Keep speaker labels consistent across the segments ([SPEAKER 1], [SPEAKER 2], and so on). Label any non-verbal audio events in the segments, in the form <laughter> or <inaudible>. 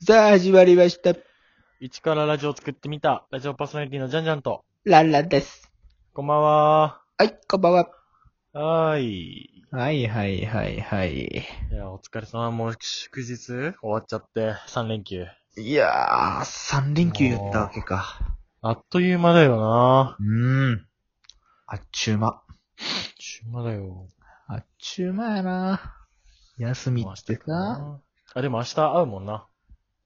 [SPEAKER 1] さあ、始まりました。
[SPEAKER 2] 一からラジオを作ってみた、ラジオパーソナリティのジャンジャンと、
[SPEAKER 1] ランランです。
[SPEAKER 2] こんばんは
[SPEAKER 1] はい、こんばんは。
[SPEAKER 2] はーい。
[SPEAKER 1] はい、はい、はい、はい。
[SPEAKER 2] いや、お疲れ様、もう祝日終わっちゃって、3連休。
[SPEAKER 1] いやー、三連休やったわけか。
[SPEAKER 2] あっという間だよな
[SPEAKER 1] うーん。あっちゅうま。
[SPEAKER 2] あっという間だよ。
[SPEAKER 1] あっちゅうまやな。休み
[SPEAKER 2] 明
[SPEAKER 1] って
[SPEAKER 2] 日か
[SPEAKER 1] さ。
[SPEAKER 2] なあ、でも明日会うもんな。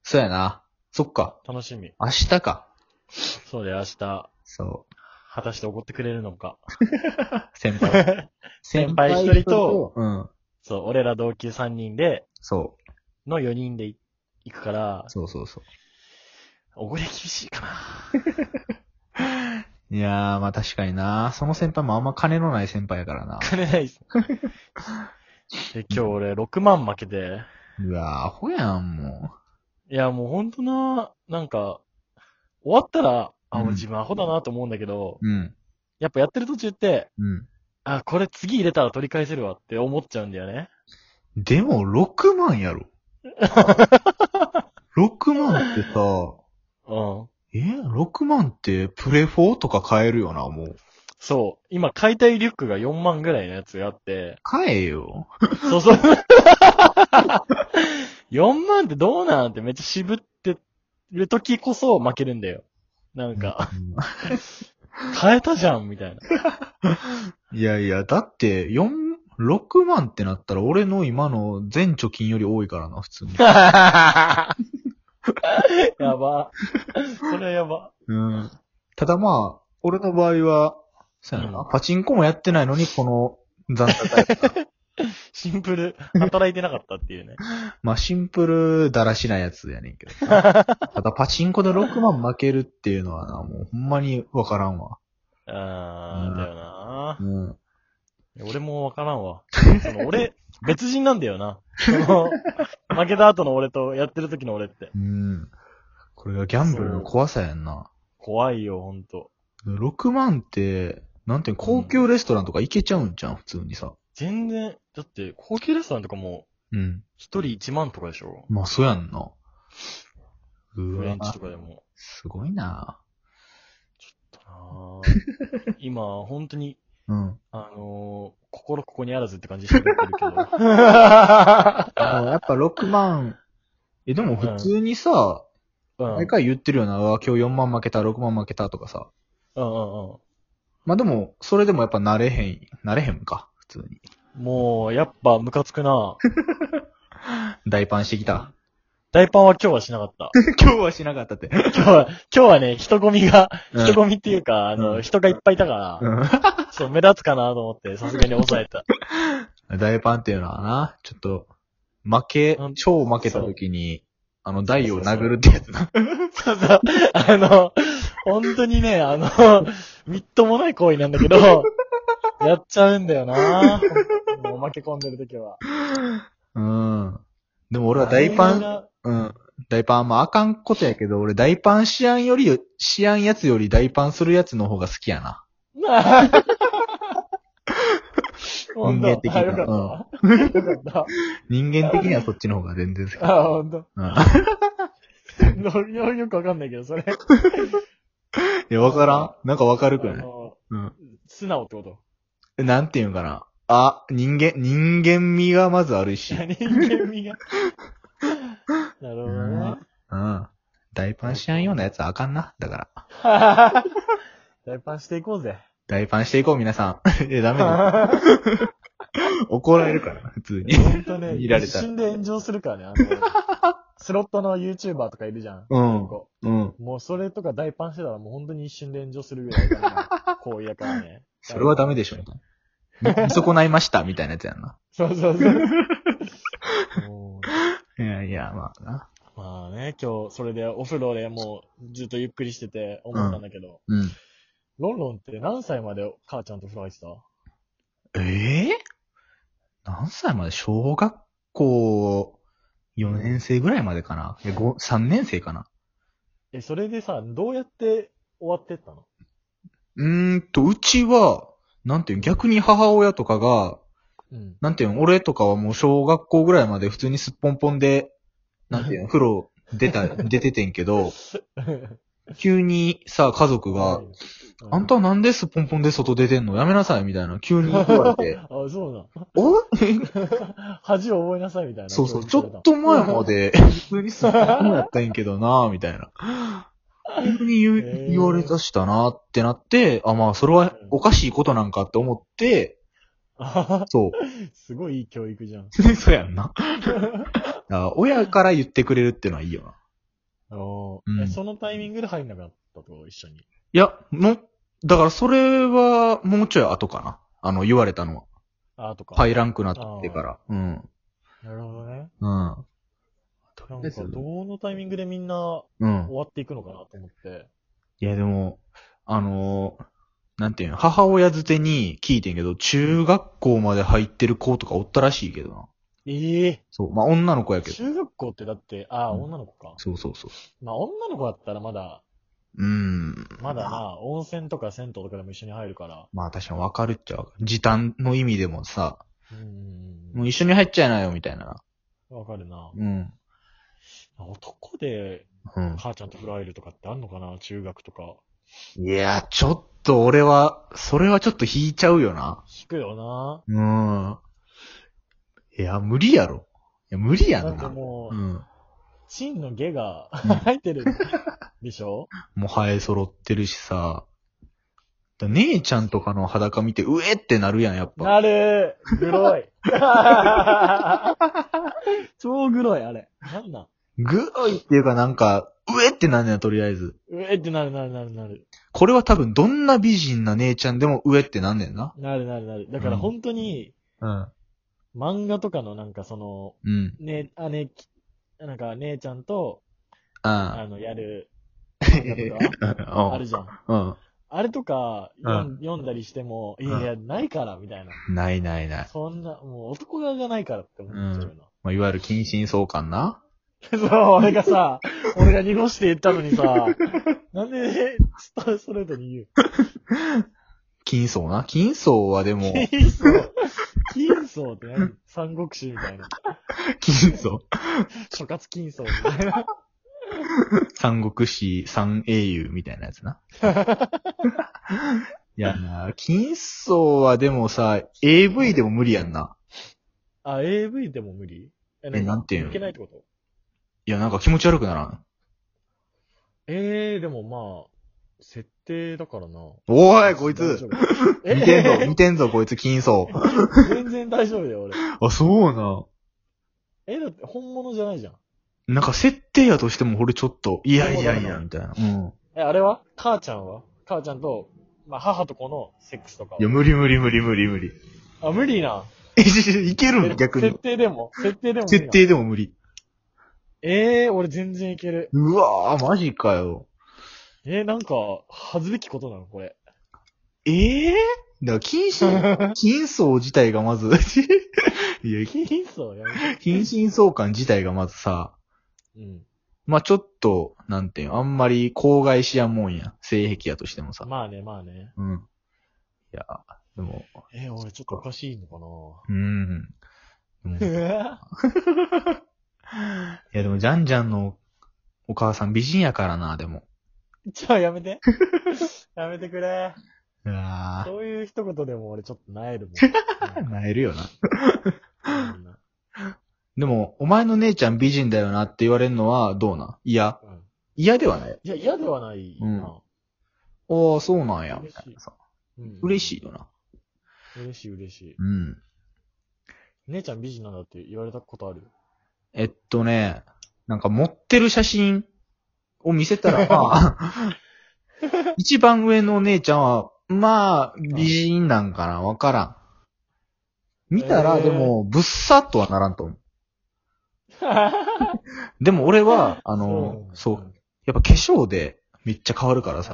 [SPEAKER 1] そうやな。そっか。
[SPEAKER 2] 楽しみ。
[SPEAKER 1] 明日か。
[SPEAKER 2] そうだよ、明日。
[SPEAKER 1] そ
[SPEAKER 2] 果たして怒ってくれるの <laughs> か。
[SPEAKER 1] う。先 <laughs> 輩。
[SPEAKER 2] 先輩一人と、
[SPEAKER 1] うん。
[SPEAKER 2] そう、俺ら同級3人で、
[SPEAKER 1] そ
[SPEAKER 2] の4人で行くから
[SPEAKER 1] う。、そうそうそう。
[SPEAKER 2] 怒り厳しいかな。
[SPEAKER 1] いやー、まあ確かにな。その先輩もあんま金のない先輩やから <laughs> な。
[SPEAKER 2] 金ないっ <laughs> す。で、今日俺6万負けて、
[SPEAKER 1] うわー、アホやん、も
[SPEAKER 2] いや、もうほんとな、なんか、終わったら、あ、
[SPEAKER 1] うん
[SPEAKER 2] 俺自分アホだなと思うんだけど、
[SPEAKER 1] う。うん。
[SPEAKER 2] やっぱやってる途中って、
[SPEAKER 1] うん。
[SPEAKER 2] あ、これ次入れたら取り返せるわって思っちゃうんだよね。
[SPEAKER 1] でも、6万や
[SPEAKER 2] <laughs>
[SPEAKER 1] ろ。6万ってさ、
[SPEAKER 2] うん。
[SPEAKER 1] え ?6 万ってプレフォーとか買えるよな、もう。
[SPEAKER 2] そう。今、解体リュックが4万ぐらいのやつがあ
[SPEAKER 1] <laughs>
[SPEAKER 2] って、
[SPEAKER 1] 買えよ。
[SPEAKER 2] そうそう。4万ってどうなんってめっちゃ渋ってる時こそ負けるんだよ。なんか、変えたじゃん
[SPEAKER 1] <laughs>
[SPEAKER 2] みたいな。
[SPEAKER 1] うん。いやいや、だって、4、6万ってなったら俺の今の全貯金より多いからな、普
[SPEAKER 2] <laughs>
[SPEAKER 1] 通に。
[SPEAKER 2] やば。これはやば。
[SPEAKER 1] うん。ただまあ、俺の場合は、そうやな、
[SPEAKER 2] うん
[SPEAKER 1] パチンコもやってないのに、この残高やから。
[SPEAKER 2] シンプル、働いてなかったっていうね。
[SPEAKER 1] まあ、シンプルだらしなやつやねんけど
[SPEAKER 2] <laughs>
[SPEAKER 1] な。ただ、パチンコで6万負けるっていうのはな、もうほんまにわからんわ。
[SPEAKER 2] あー、だよな
[SPEAKER 1] うん。
[SPEAKER 2] 俺もわからんわ。その俺、別人なんだよな。その、負けた後の俺とやってる時の俺って。
[SPEAKER 1] うん。これがギャンブルの怖さやんな。
[SPEAKER 2] 怖いよ、ほんと。
[SPEAKER 1] 6万って、なんていうの高級レストランとか行けちゃうんじゃん、普通にさ。
[SPEAKER 2] 全然、だって、高級レストランとかも、
[SPEAKER 1] うん。
[SPEAKER 2] 一人一万とかでしょ
[SPEAKER 1] まあ、そうやんな。う
[SPEAKER 2] フレ
[SPEAKER 1] わ
[SPEAKER 2] ンチとかでも。
[SPEAKER 1] すごいな
[SPEAKER 2] あー今、本当に、
[SPEAKER 1] うん。
[SPEAKER 2] あのー心ここにあらずって感じしてるけ
[SPEAKER 1] あ
[SPEAKER 2] ど。
[SPEAKER 1] やっぱ6万、え、でも普通にさ、
[SPEAKER 2] うん。うんうん
[SPEAKER 1] 毎回言ってるよな、うわ今日4万負けた、6万負けたとかさ。
[SPEAKER 2] うん。
[SPEAKER 1] まあでも、それでもやっぱ慣れへん、慣れへんか、普通に。
[SPEAKER 2] もう、やっぱ、ムカつくな。
[SPEAKER 1] 大パンしてきた。
[SPEAKER 2] 大パンは今日はしなかった。
[SPEAKER 1] <laughs> 今日はしなかったって。
[SPEAKER 2] <laughs> 今日は、今日はね、人混みが、
[SPEAKER 1] うん
[SPEAKER 2] 人混みっていうか、あ
[SPEAKER 1] うん
[SPEAKER 2] の、人がいっぱいいたか
[SPEAKER 1] うん
[SPEAKER 2] ら、そう、目立つかなと思って、さすがに抑え
[SPEAKER 1] <laughs>
[SPEAKER 2] た。
[SPEAKER 1] 大パンっていうのはな、ちょっと、負け
[SPEAKER 2] うん、
[SPEAKER 1] 超負けた時に、あの、台を殴るってやつな。
[SPEAKER 2] そうそう。あの、本当にね、あの、みっともない行為なんだけ
[SPEAKER 1] <laughs>
[SPEAKER 2] ど、やっちゃうんだよなもう負け込んでる時は。
[SPEAKER 1] うん。でも俺は大パン、
[SPEAKER 2] ン
[SPEAKER 1] うん。大パン、まああかんことやけど、俺大パンしやんより、しやんやつより大パンするやつの方が好きやな。
[SPEAKER 2] 本当
[SPEAKER 1] 人間的な
[SPEAKER 2] あよかった。よかっ
[SPEAKER 1] 人間的にはそっちの方が全然好き。
[SPEAKER 2] た。
[SPEAKER 1] <laughs>
[SPEAKER 2] あ、本当。
[SPEAKER 1] うん。
[SPEAKER 2] よよくわかんないけど、それ。
[SPEAKER 1] いや、わからんなんかわかるく
[SPEAKER 2] あ
[SPEAKER 1] ない
[SPEAKER 2] の
[SPEAKER 1] うん。
[SPEAKER 2] 素直ってこと
[SPEAKER 1] なんていうんかな。あ、人間、人間味がまずある <laughs> し。
[SPEAKER 2] 人間味が。なるほどね。
[SPEAKER 1] うん。大パンしやんようなやつはあかんな。だから。
[SPEAKER 2] <laughs> 大パンしていこうぜ。
[SPEAKER 1] 大パンしていこう、皆さん。 <laughs> え、ダメだ。
[SPEAKER 2] ほ
[SPEAKER 1] 怒られるからな、普通に。
[SPEAKER 2] んとね、
[SPEAKER 1] 見られ
[SPEAKER 2] 一
[SPEAKER 1] た
[SPEAKER 2] 瞬で炎上するから
[SPEAKER 1] <laughs>
[SPEAKER 2] ね、あの、スロットの YouTuber とかいるじゃん。
[SPEAKER 1] うん。
[SPEAKER 2] こ
[SPEAKER 1] うん。
[SPEAKER 2] うもうそれとか大パンしてたらもう本当に一瞬で炎上するぐらいの行為だからね。
[SPEAKER 1] <laughs> それはダメでしょ、みたいな。見損ないました、みたいなやつやんな。
[SPEAKER 2] そうそ
[SPEAKER 1] <laughs>
[SPEAKER 2] うそう。もう
[SPEAKER 1] いやいや、まあな。
[SPEAKER 2] まあね、今日それでお風呂でもうずっとゆっくりしてて思ったんだけど、
[SPEAKER 1] うん。
[SPEAKER 2] ロンロンって何歳まで母ちゃんと風呂入ってた
[SPEAKER 1] ええ何歳まで小学校4年生ぐらいまでかな。いや、5、3年生かな。
[SPEAKER 2] え、それでさ、どうやって終わってったの
[SPEAKER 1] うーんと、うちは、なんていうの、逆に母親とかが、
[SPEAKER 2] うん。 <laughs>
[SPEAKER 1] <laughs> なんていうの、俺とかはもう小学校ぐらいまで普通にすっぽんぽんで、なんていうの、風呂出た、出ててんけど、急にさ、家族が、あんたなんでスッポンポンで外出てんのやめなさいみたいな、急に言われて。
[SPEAKER 2] あ、そう
[SPEAKER 1] <laughs> お
[SPEAKER 2] なん。 <laughs> 恥を覚えなさいみたいな。
[SPEAKER 1] <laughs> そうそう、ちょっと前ま <laughs> で、普通にスッポンポンやったんやけどな、みたいな。急に言う
[SPEAKER 2] へー
[SPEAKER 1] 言われだしたなってなって、あ、まあ、それはおかしいことなんかって思って、
[SPEAKER 2] あ。
[SPEAKER 1] そう。 <laughs>
[SPEAKER 2] <laughs> すごいいい教育じゃん。
[SPEAKER 1] そうやんな。 <laughs> だから親から言ってくれるっていうのはいいよな。
[SPEAKER 2] おー
[SPEAKER 1] うん
[SPEAKER 2] えそのタイミングで入んなくなったと、一緒に。
[SPEAKER 1] いや、もう、だからそれは、もうちょい後かな。あの、言われたのは。
[SPEAKER 2] あ、とか。
[SPEAKER 1] 入
[SPEAKER 2] い。
[SPEAKER 1] らんくなってから。うん。
[SPEAKER 2] なるほどね。
[SPEAKER 1] うん。
[SPEAKER 2] なん
[SPEAKER 1] で
[SPEAKER 2] か、
[SPEAKER 1] すよ
[SPEAKER 2] どのタイミングでみんな終
[SPEAKER 1] うん。
[SPEAKER 2] わっていくのかなと思って。
[SPEAKER 1] いや、でも、あのーなんていうの、母親づてに聞いてんけど、中学校まで入ってる子とかおったらしいけどな。
[SPEAKER 2] ええ
[SPEAKER 1] そう。まあ、女の子やけど。
[SPEAKER 2] 中学校ってだって、ああ、
[SPEAKER 1] うん
[SPEAKER 2] 女の子か。
[SPEAKER 1] そうそうそう。
[SPEAKER 2] まあ、女の子だったらまだ、
[SPEAKER 1] うん。
[SPEAKER 2] まだな、温泉とか銭湯とかでも一緒に入るから。
[SPEAKER 1] まあ、確かにわかるっちゃわかる。時短の意味でもさ、
[SPEAKER 2] うんうん
[SPEAKER 1] もう一緒に入っちゃいなよ、みたいな。
[SPEAKER 2] うん。わかるな。
[SPEAKER 1] うん。
[SPEAKER 2] 男で
[SPEAKER 1] うん。
[SPEAKER 2] 母ちゃんとフライルとかってあんのかな中学とか。
[SPEAKER 1] いや、ちょっと俺は、それはちょっと引いちゃうよな。
[SPEAKER 2] 聞くよな。
[SPEAKER 1] うん。いや、無理やろ。いや、無理や
[SPEAKER 2] だ
[SPEAKER 1] ん
[SPEAKER 2] って
[SPEAKER 1] な。
[SPEAKER 2] も
[SPEAKER 1] う
[SPEAKER 2] う、
[SPEAKER 1] ん。
[SPEAKER 2] チンの毛が
[SPEAKER 1] ん
[SPEAKER 2] 入ってるでし <laughs> ょ
[SPEAKER 1] もう生え揃ってるしさ。だ姉ちゃんとかの裸見て、うえってなるやん、やっぱ。
[SPEAKER 2] なるーグロい <laughs> 超グロい、あれ。なんなん
[SPEAKER 1] ぐーいっていうかなんか、うえってなんねや、とりあえず。
[SPEAKER 2] うえってなるなるなるなる。
[SPEAKER 1] これは多分どんな美人な姉ちゃんでもうえってなんねんな。
[SPEAKER 2] なるなるなる。だから本当に、
[SPEAKER 1] うん。
[SPEAKER 2] 漫画とかのなんかその、
[SPEAKER 1] うん。
[SPEAKER 2] ね、姉き、なんか姉ちゃんと、
[SPEAKER 1] あ
[SPEAKER 2] あの、や <laughs> る、
[SPEAKER 1] あ。
[SPEAKER 2] あるじゃん。
[SPEAKER 1] うん。
[SPEAKER 2] あれとか、
[SPEAKER 1] うん
[SPEAKER 2] 読ん読んだりしても、いやいや、ないから、みたいな。
[SPEAKER 1] ないないない。
[SPEAKER 2] そんな、もう男側がないからって思っちゃうよな。
[SPEAKER 1] まあ、いわゆる近親相関な。
[SPEAKER 2] <laughs> そう、俺がさ、俺が濁して言ったのに
[SPEAKER 1] <laughs>
[SPEAKER 2] さ、なんで、ストストレートに
[SPEAKER 1] 金相な。金相はで
[SPEAKER 2] <laughs>
[SPEAKER 1] も
[SPEAKER 2] 言う。、金層。金層って何三国志みたいな。
[SPEAKER 1] 金相。
[SPEAKER 2] 諸葛金層みたいな。
[SPEAKER 1] 三国志三英雄みたいなやつな。 <laughs> いやな、金相はでもさ、AV でも無理やんな。
[SPEAKER 2] あ、AV でも無理え
[SPEAKER 1] えなんていうの
[SPEAKER 2] いけないってこと
[SPEAKER 1] いや、なんか気持ち悪くならん。
[SPEAKER 2] えー、でもまあ、設定だからな。
[SPEAKER 1] おい、こい
[SPEAKER 2] 大
[SPEAKER 1] つ
[SPEAKER 2] 丈夫。え
[SPEAKER 1] 見てんぞ、見てんぞ、こいつ、金相。
[SPEAKER 2] <laughs> 全然大丈夫だよ、俺。
[SPEAKER 1] <laughs> あ、そうな。
[SPEAKER 2] え、だって本物じゃないじゃん。
[SPEAKER 1] なんか設定やとしても、俺ちょっと、いやいやいや、みたいな。うん。
[SPEAKER 2] え、あれは母ちゃんは母ちゃんと、まあ、母と子のセックスとかはい
[SPEAKER 1] や、無理無理無理無理無理。
[SPEAKER 2] あ、無理な。
[SPEAKER 1] え、いける
[SPEAKER 2] え
[SPEAKER 1] ん逆に
[SPEAKER 2] 設。定でも設定でも無理な
[SPEAKER 1] 設。定でも無理。
[SPEAKER 2] ええー、俺全然いける。
[SPEAKER 1] うわぁ、マジかよ。
[SPEAKER 2] えー、なんか、恥ずべきことなのこれ。
[SPEAKER 1] ええだから、金 <laughs> 親、金相自体がまず、 <laughs> いや、
[SPEAKER 2] 金層やめて。
[SPEAKER 1] 近親相関自体がまずさ、
[SPEAKER 2] うん。
[SPEAKER 1] まあちょっと、なんていうんあんまり口外しやんもんや。性癖やとしてもさ。
[SPEAKER 2] まあね、まあね。
[SPEAKER 1] うん。いや、でも、
[SPEAKER 2] えー、俺ちょっとおかしいのか
[SPEAKER 1] うん。 <laughs> でもい
[SPEAKER 2] な
[SPEAKER 1] や、でも、ジャンジャンのお母さん美人やからな、でも。
[SPEAKER 2] ちょ、やめて。やめてくれ。
[SPEAKER 1] うわ
[SPEAKER 2] そういう一言でも俺ちょっとなえるもん。
[SPEAKER 1] ぁ。なえるよな。
[SPEAKER 2] うんうん
[SPEAKER 1] でも、お前の姉ちゃん美人だよなって言われるのはどうなん嫌。
[SPEAKER 2] うん
[SPEAKER 1] 嫌ではない。
[SPEAKER 2] いや、嫌ではないな。
[SPEAKER 1] ああ、そうなんや。みたいなさ
[SPEAKER 2] うん
[SPEAKER 1] 嬉しいよな。
[SPEAKER 2] 嬉しい嬉しい。
[SPEAKER 1] うん。
[SPEAKER 2] 姉ちゃん美人なんだって言われたことある
[SPEAKER 1] えっとね、なんか持ってる写真を見せたら、まあ、一番上のお姉ちゃんは、まあ、美人なんかな、わからん。見たら、
[SPEAKER 2] えー
[SPEAKER 1] でも、ぶっさっとはならんと思う。でも俺は、あの、そう、やっぱ化粧でめっちゃ変わるからさ、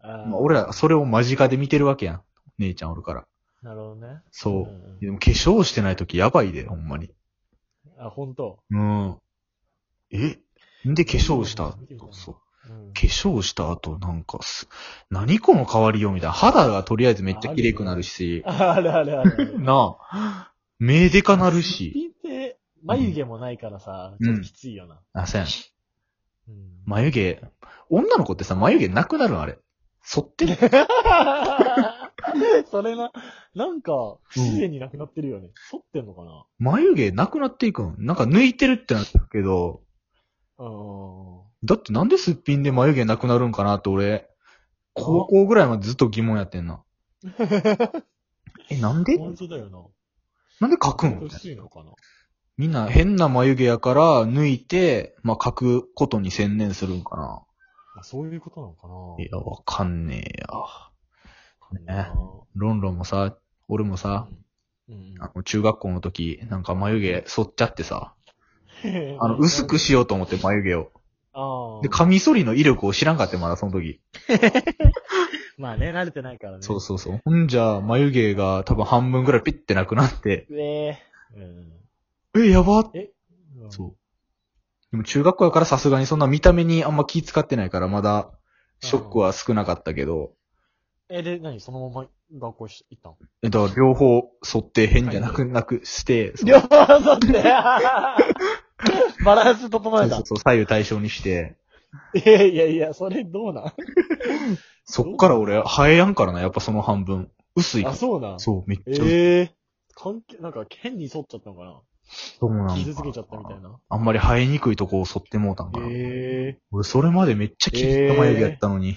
[SPEAKER 2] さ。あ
[SPEAKER 1] まあ、俺らそれを間近で見てるわけやん。姉ちゃんおるから。
[SPEAKER 2] なるほどね。
[SPEAKER 1] そ
[SPEAKER 2] ん
[SPEAKER 1] う。
[SPEAKER 2] ん
[SPEAKER 1] でも化粧してないときやばいで、ほんまに。
[SPEAKER 2] あ、本当。
[SPEAKER 1] うん。えんで化粧した
[SPEAKER 2] 見てみたい
[SPEAKER 1] そう。
[SPEAKER 2] うん
[SPEAKER 1] 化粧した後、なんかす、何この変わりよ、みたいな。肌がとりあえずめっちゃ綺麗くなるし、
[SPEAKER 2] ああるあるある。
[SPEAKER 1] なあ、目でかなる
[SPEAKER 2] すっぴ
[SPEAKER 1] し。
[SPEAKER 2] んって、眉毛もないからさ、ちょっときついよな。
[SPEAKER 1] あ、そうやん。
[SPEAKER 2] うん
[SPEAKER 1] 眉毛、女の子ってさ、眉毛なくなるんあれ。剃ってる
[SPEAKER 2] <laughs> それな、なんか、不自然になくなってるよね。剃ってんのかな
[SPEAKER 1] 眉毛なくなっていくんなんか抜いてるってなってるけど、
[SPEAKER 2] うん。
[SPEAKER 1] だってなんですっぴんで眉毛なくなるんかなって俺、高校ぐらいまでずっと疑問やってん
[SPEAKER 2] <laughs>
[SPEAKER 1] な。え、なんで
[SPEAKER 2] 本当だよな。
[SPEAKER 1] なんで書くん
[SPEAKER 2] 欲しいのかな
[SPEAKER 1] みんな変な眉毛やから抜いて、まあ、書くことに専念するんかな。
[SPEAKER 2] あそういうことなのかない
[SPEAKER 1] や、わかんねえや。
[SPEAKER 2] わかんないな
[SPEAKER 1] ロンロンもさ、俺もさ、
[SPEAKER 2] うん
[SPEAKER 1] あの中学校の時、なんか眉毛剃っちゃってさ、
[SPEAKER 2] うん
[SPEAKER 1] あの、薄くしようと思って眉毛を。
[SPEAKER 2] ああ
[SPEAKER 1] で、。カミソリの威力を知らんかって、まだその時。
[SPEAKER 2] まあね、慣れてないからね。
[SPEAKER 1] そうそうそう。ほんじゃ、眉毛が多分半分ぐらいピッてなくなって、
[SPEAKER 2] う。ええ。うん
[SPEAKER 1] え、やばっ
[SPEAKER 2] うん
[SPEAKER 1] そう。でも中学校やからさすがにそんな見た目にあんま気使ってないから、まだ、ショックは少なかったけど、
[SPEAKER 2] え、で、何そのまま学校し行ったの
[SPEAKER 1] えっと、両方剃って変じゃなく、なくして、そう
[SPEAKER 2] 両方剃って <laughs> バランス整
[SPEAKER 1] そ
[SPEAKER 2] え
[SPEAKER 1] うそう。
[SPEAKER 2] た
[SPEAKER 1] そう、左右対称にして、
[SPEAKER 2] いやいやいや、それどうなん
[SPEAKER 1] そっから俺、生えやんからな、やっぱその半分。薄いか
[SPEAKER 2] あ、
[SPEAKER 1] ら。
[SPEAKER 2] そうなん
[SPEAKER 1] そう、めっちゃ薄い。
[SPEAKER 2] ええ関係、なんか、剣に沿っちゃったのか
[SPEAKER 1] そうなん
[SPEAKER 2] な
[SPEAKER 1] か
[SPEAKER 2] 傷つけちゃったみたいな。
[SPEAKER 1] あんまり生えにくいとこを剃ってもうたんかな。
[SPEAKER 2] ええ
[SPEAKER 1] 俺、それまでめっちゃキリッと眉毛やったのに。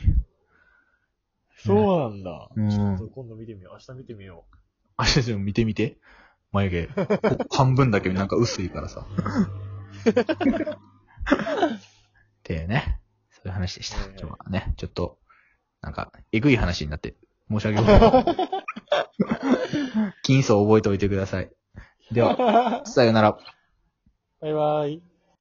[SPEAKER 2] そうなんだ。
[SPEAKER 1] うん
[SPEAKER 2] ちょっと今度見てみよう。明日見てみよ
[SPEAKER 1] あ、ちょ、ちょ見てみて。眉毛。半分だけなんか薄いからさ。っていうね。そういう話でした。
[SPEAKER 2] はいはい
[SPEAKER 1] 今日はね、ちょっと、なんか、えぐい話になって、申し訳ございません。金層覚えておいてください。で
[SPEAKER 2] う。
[SPEAKER 1] は、さよなら。
[SPEAKER 2] バイバイ。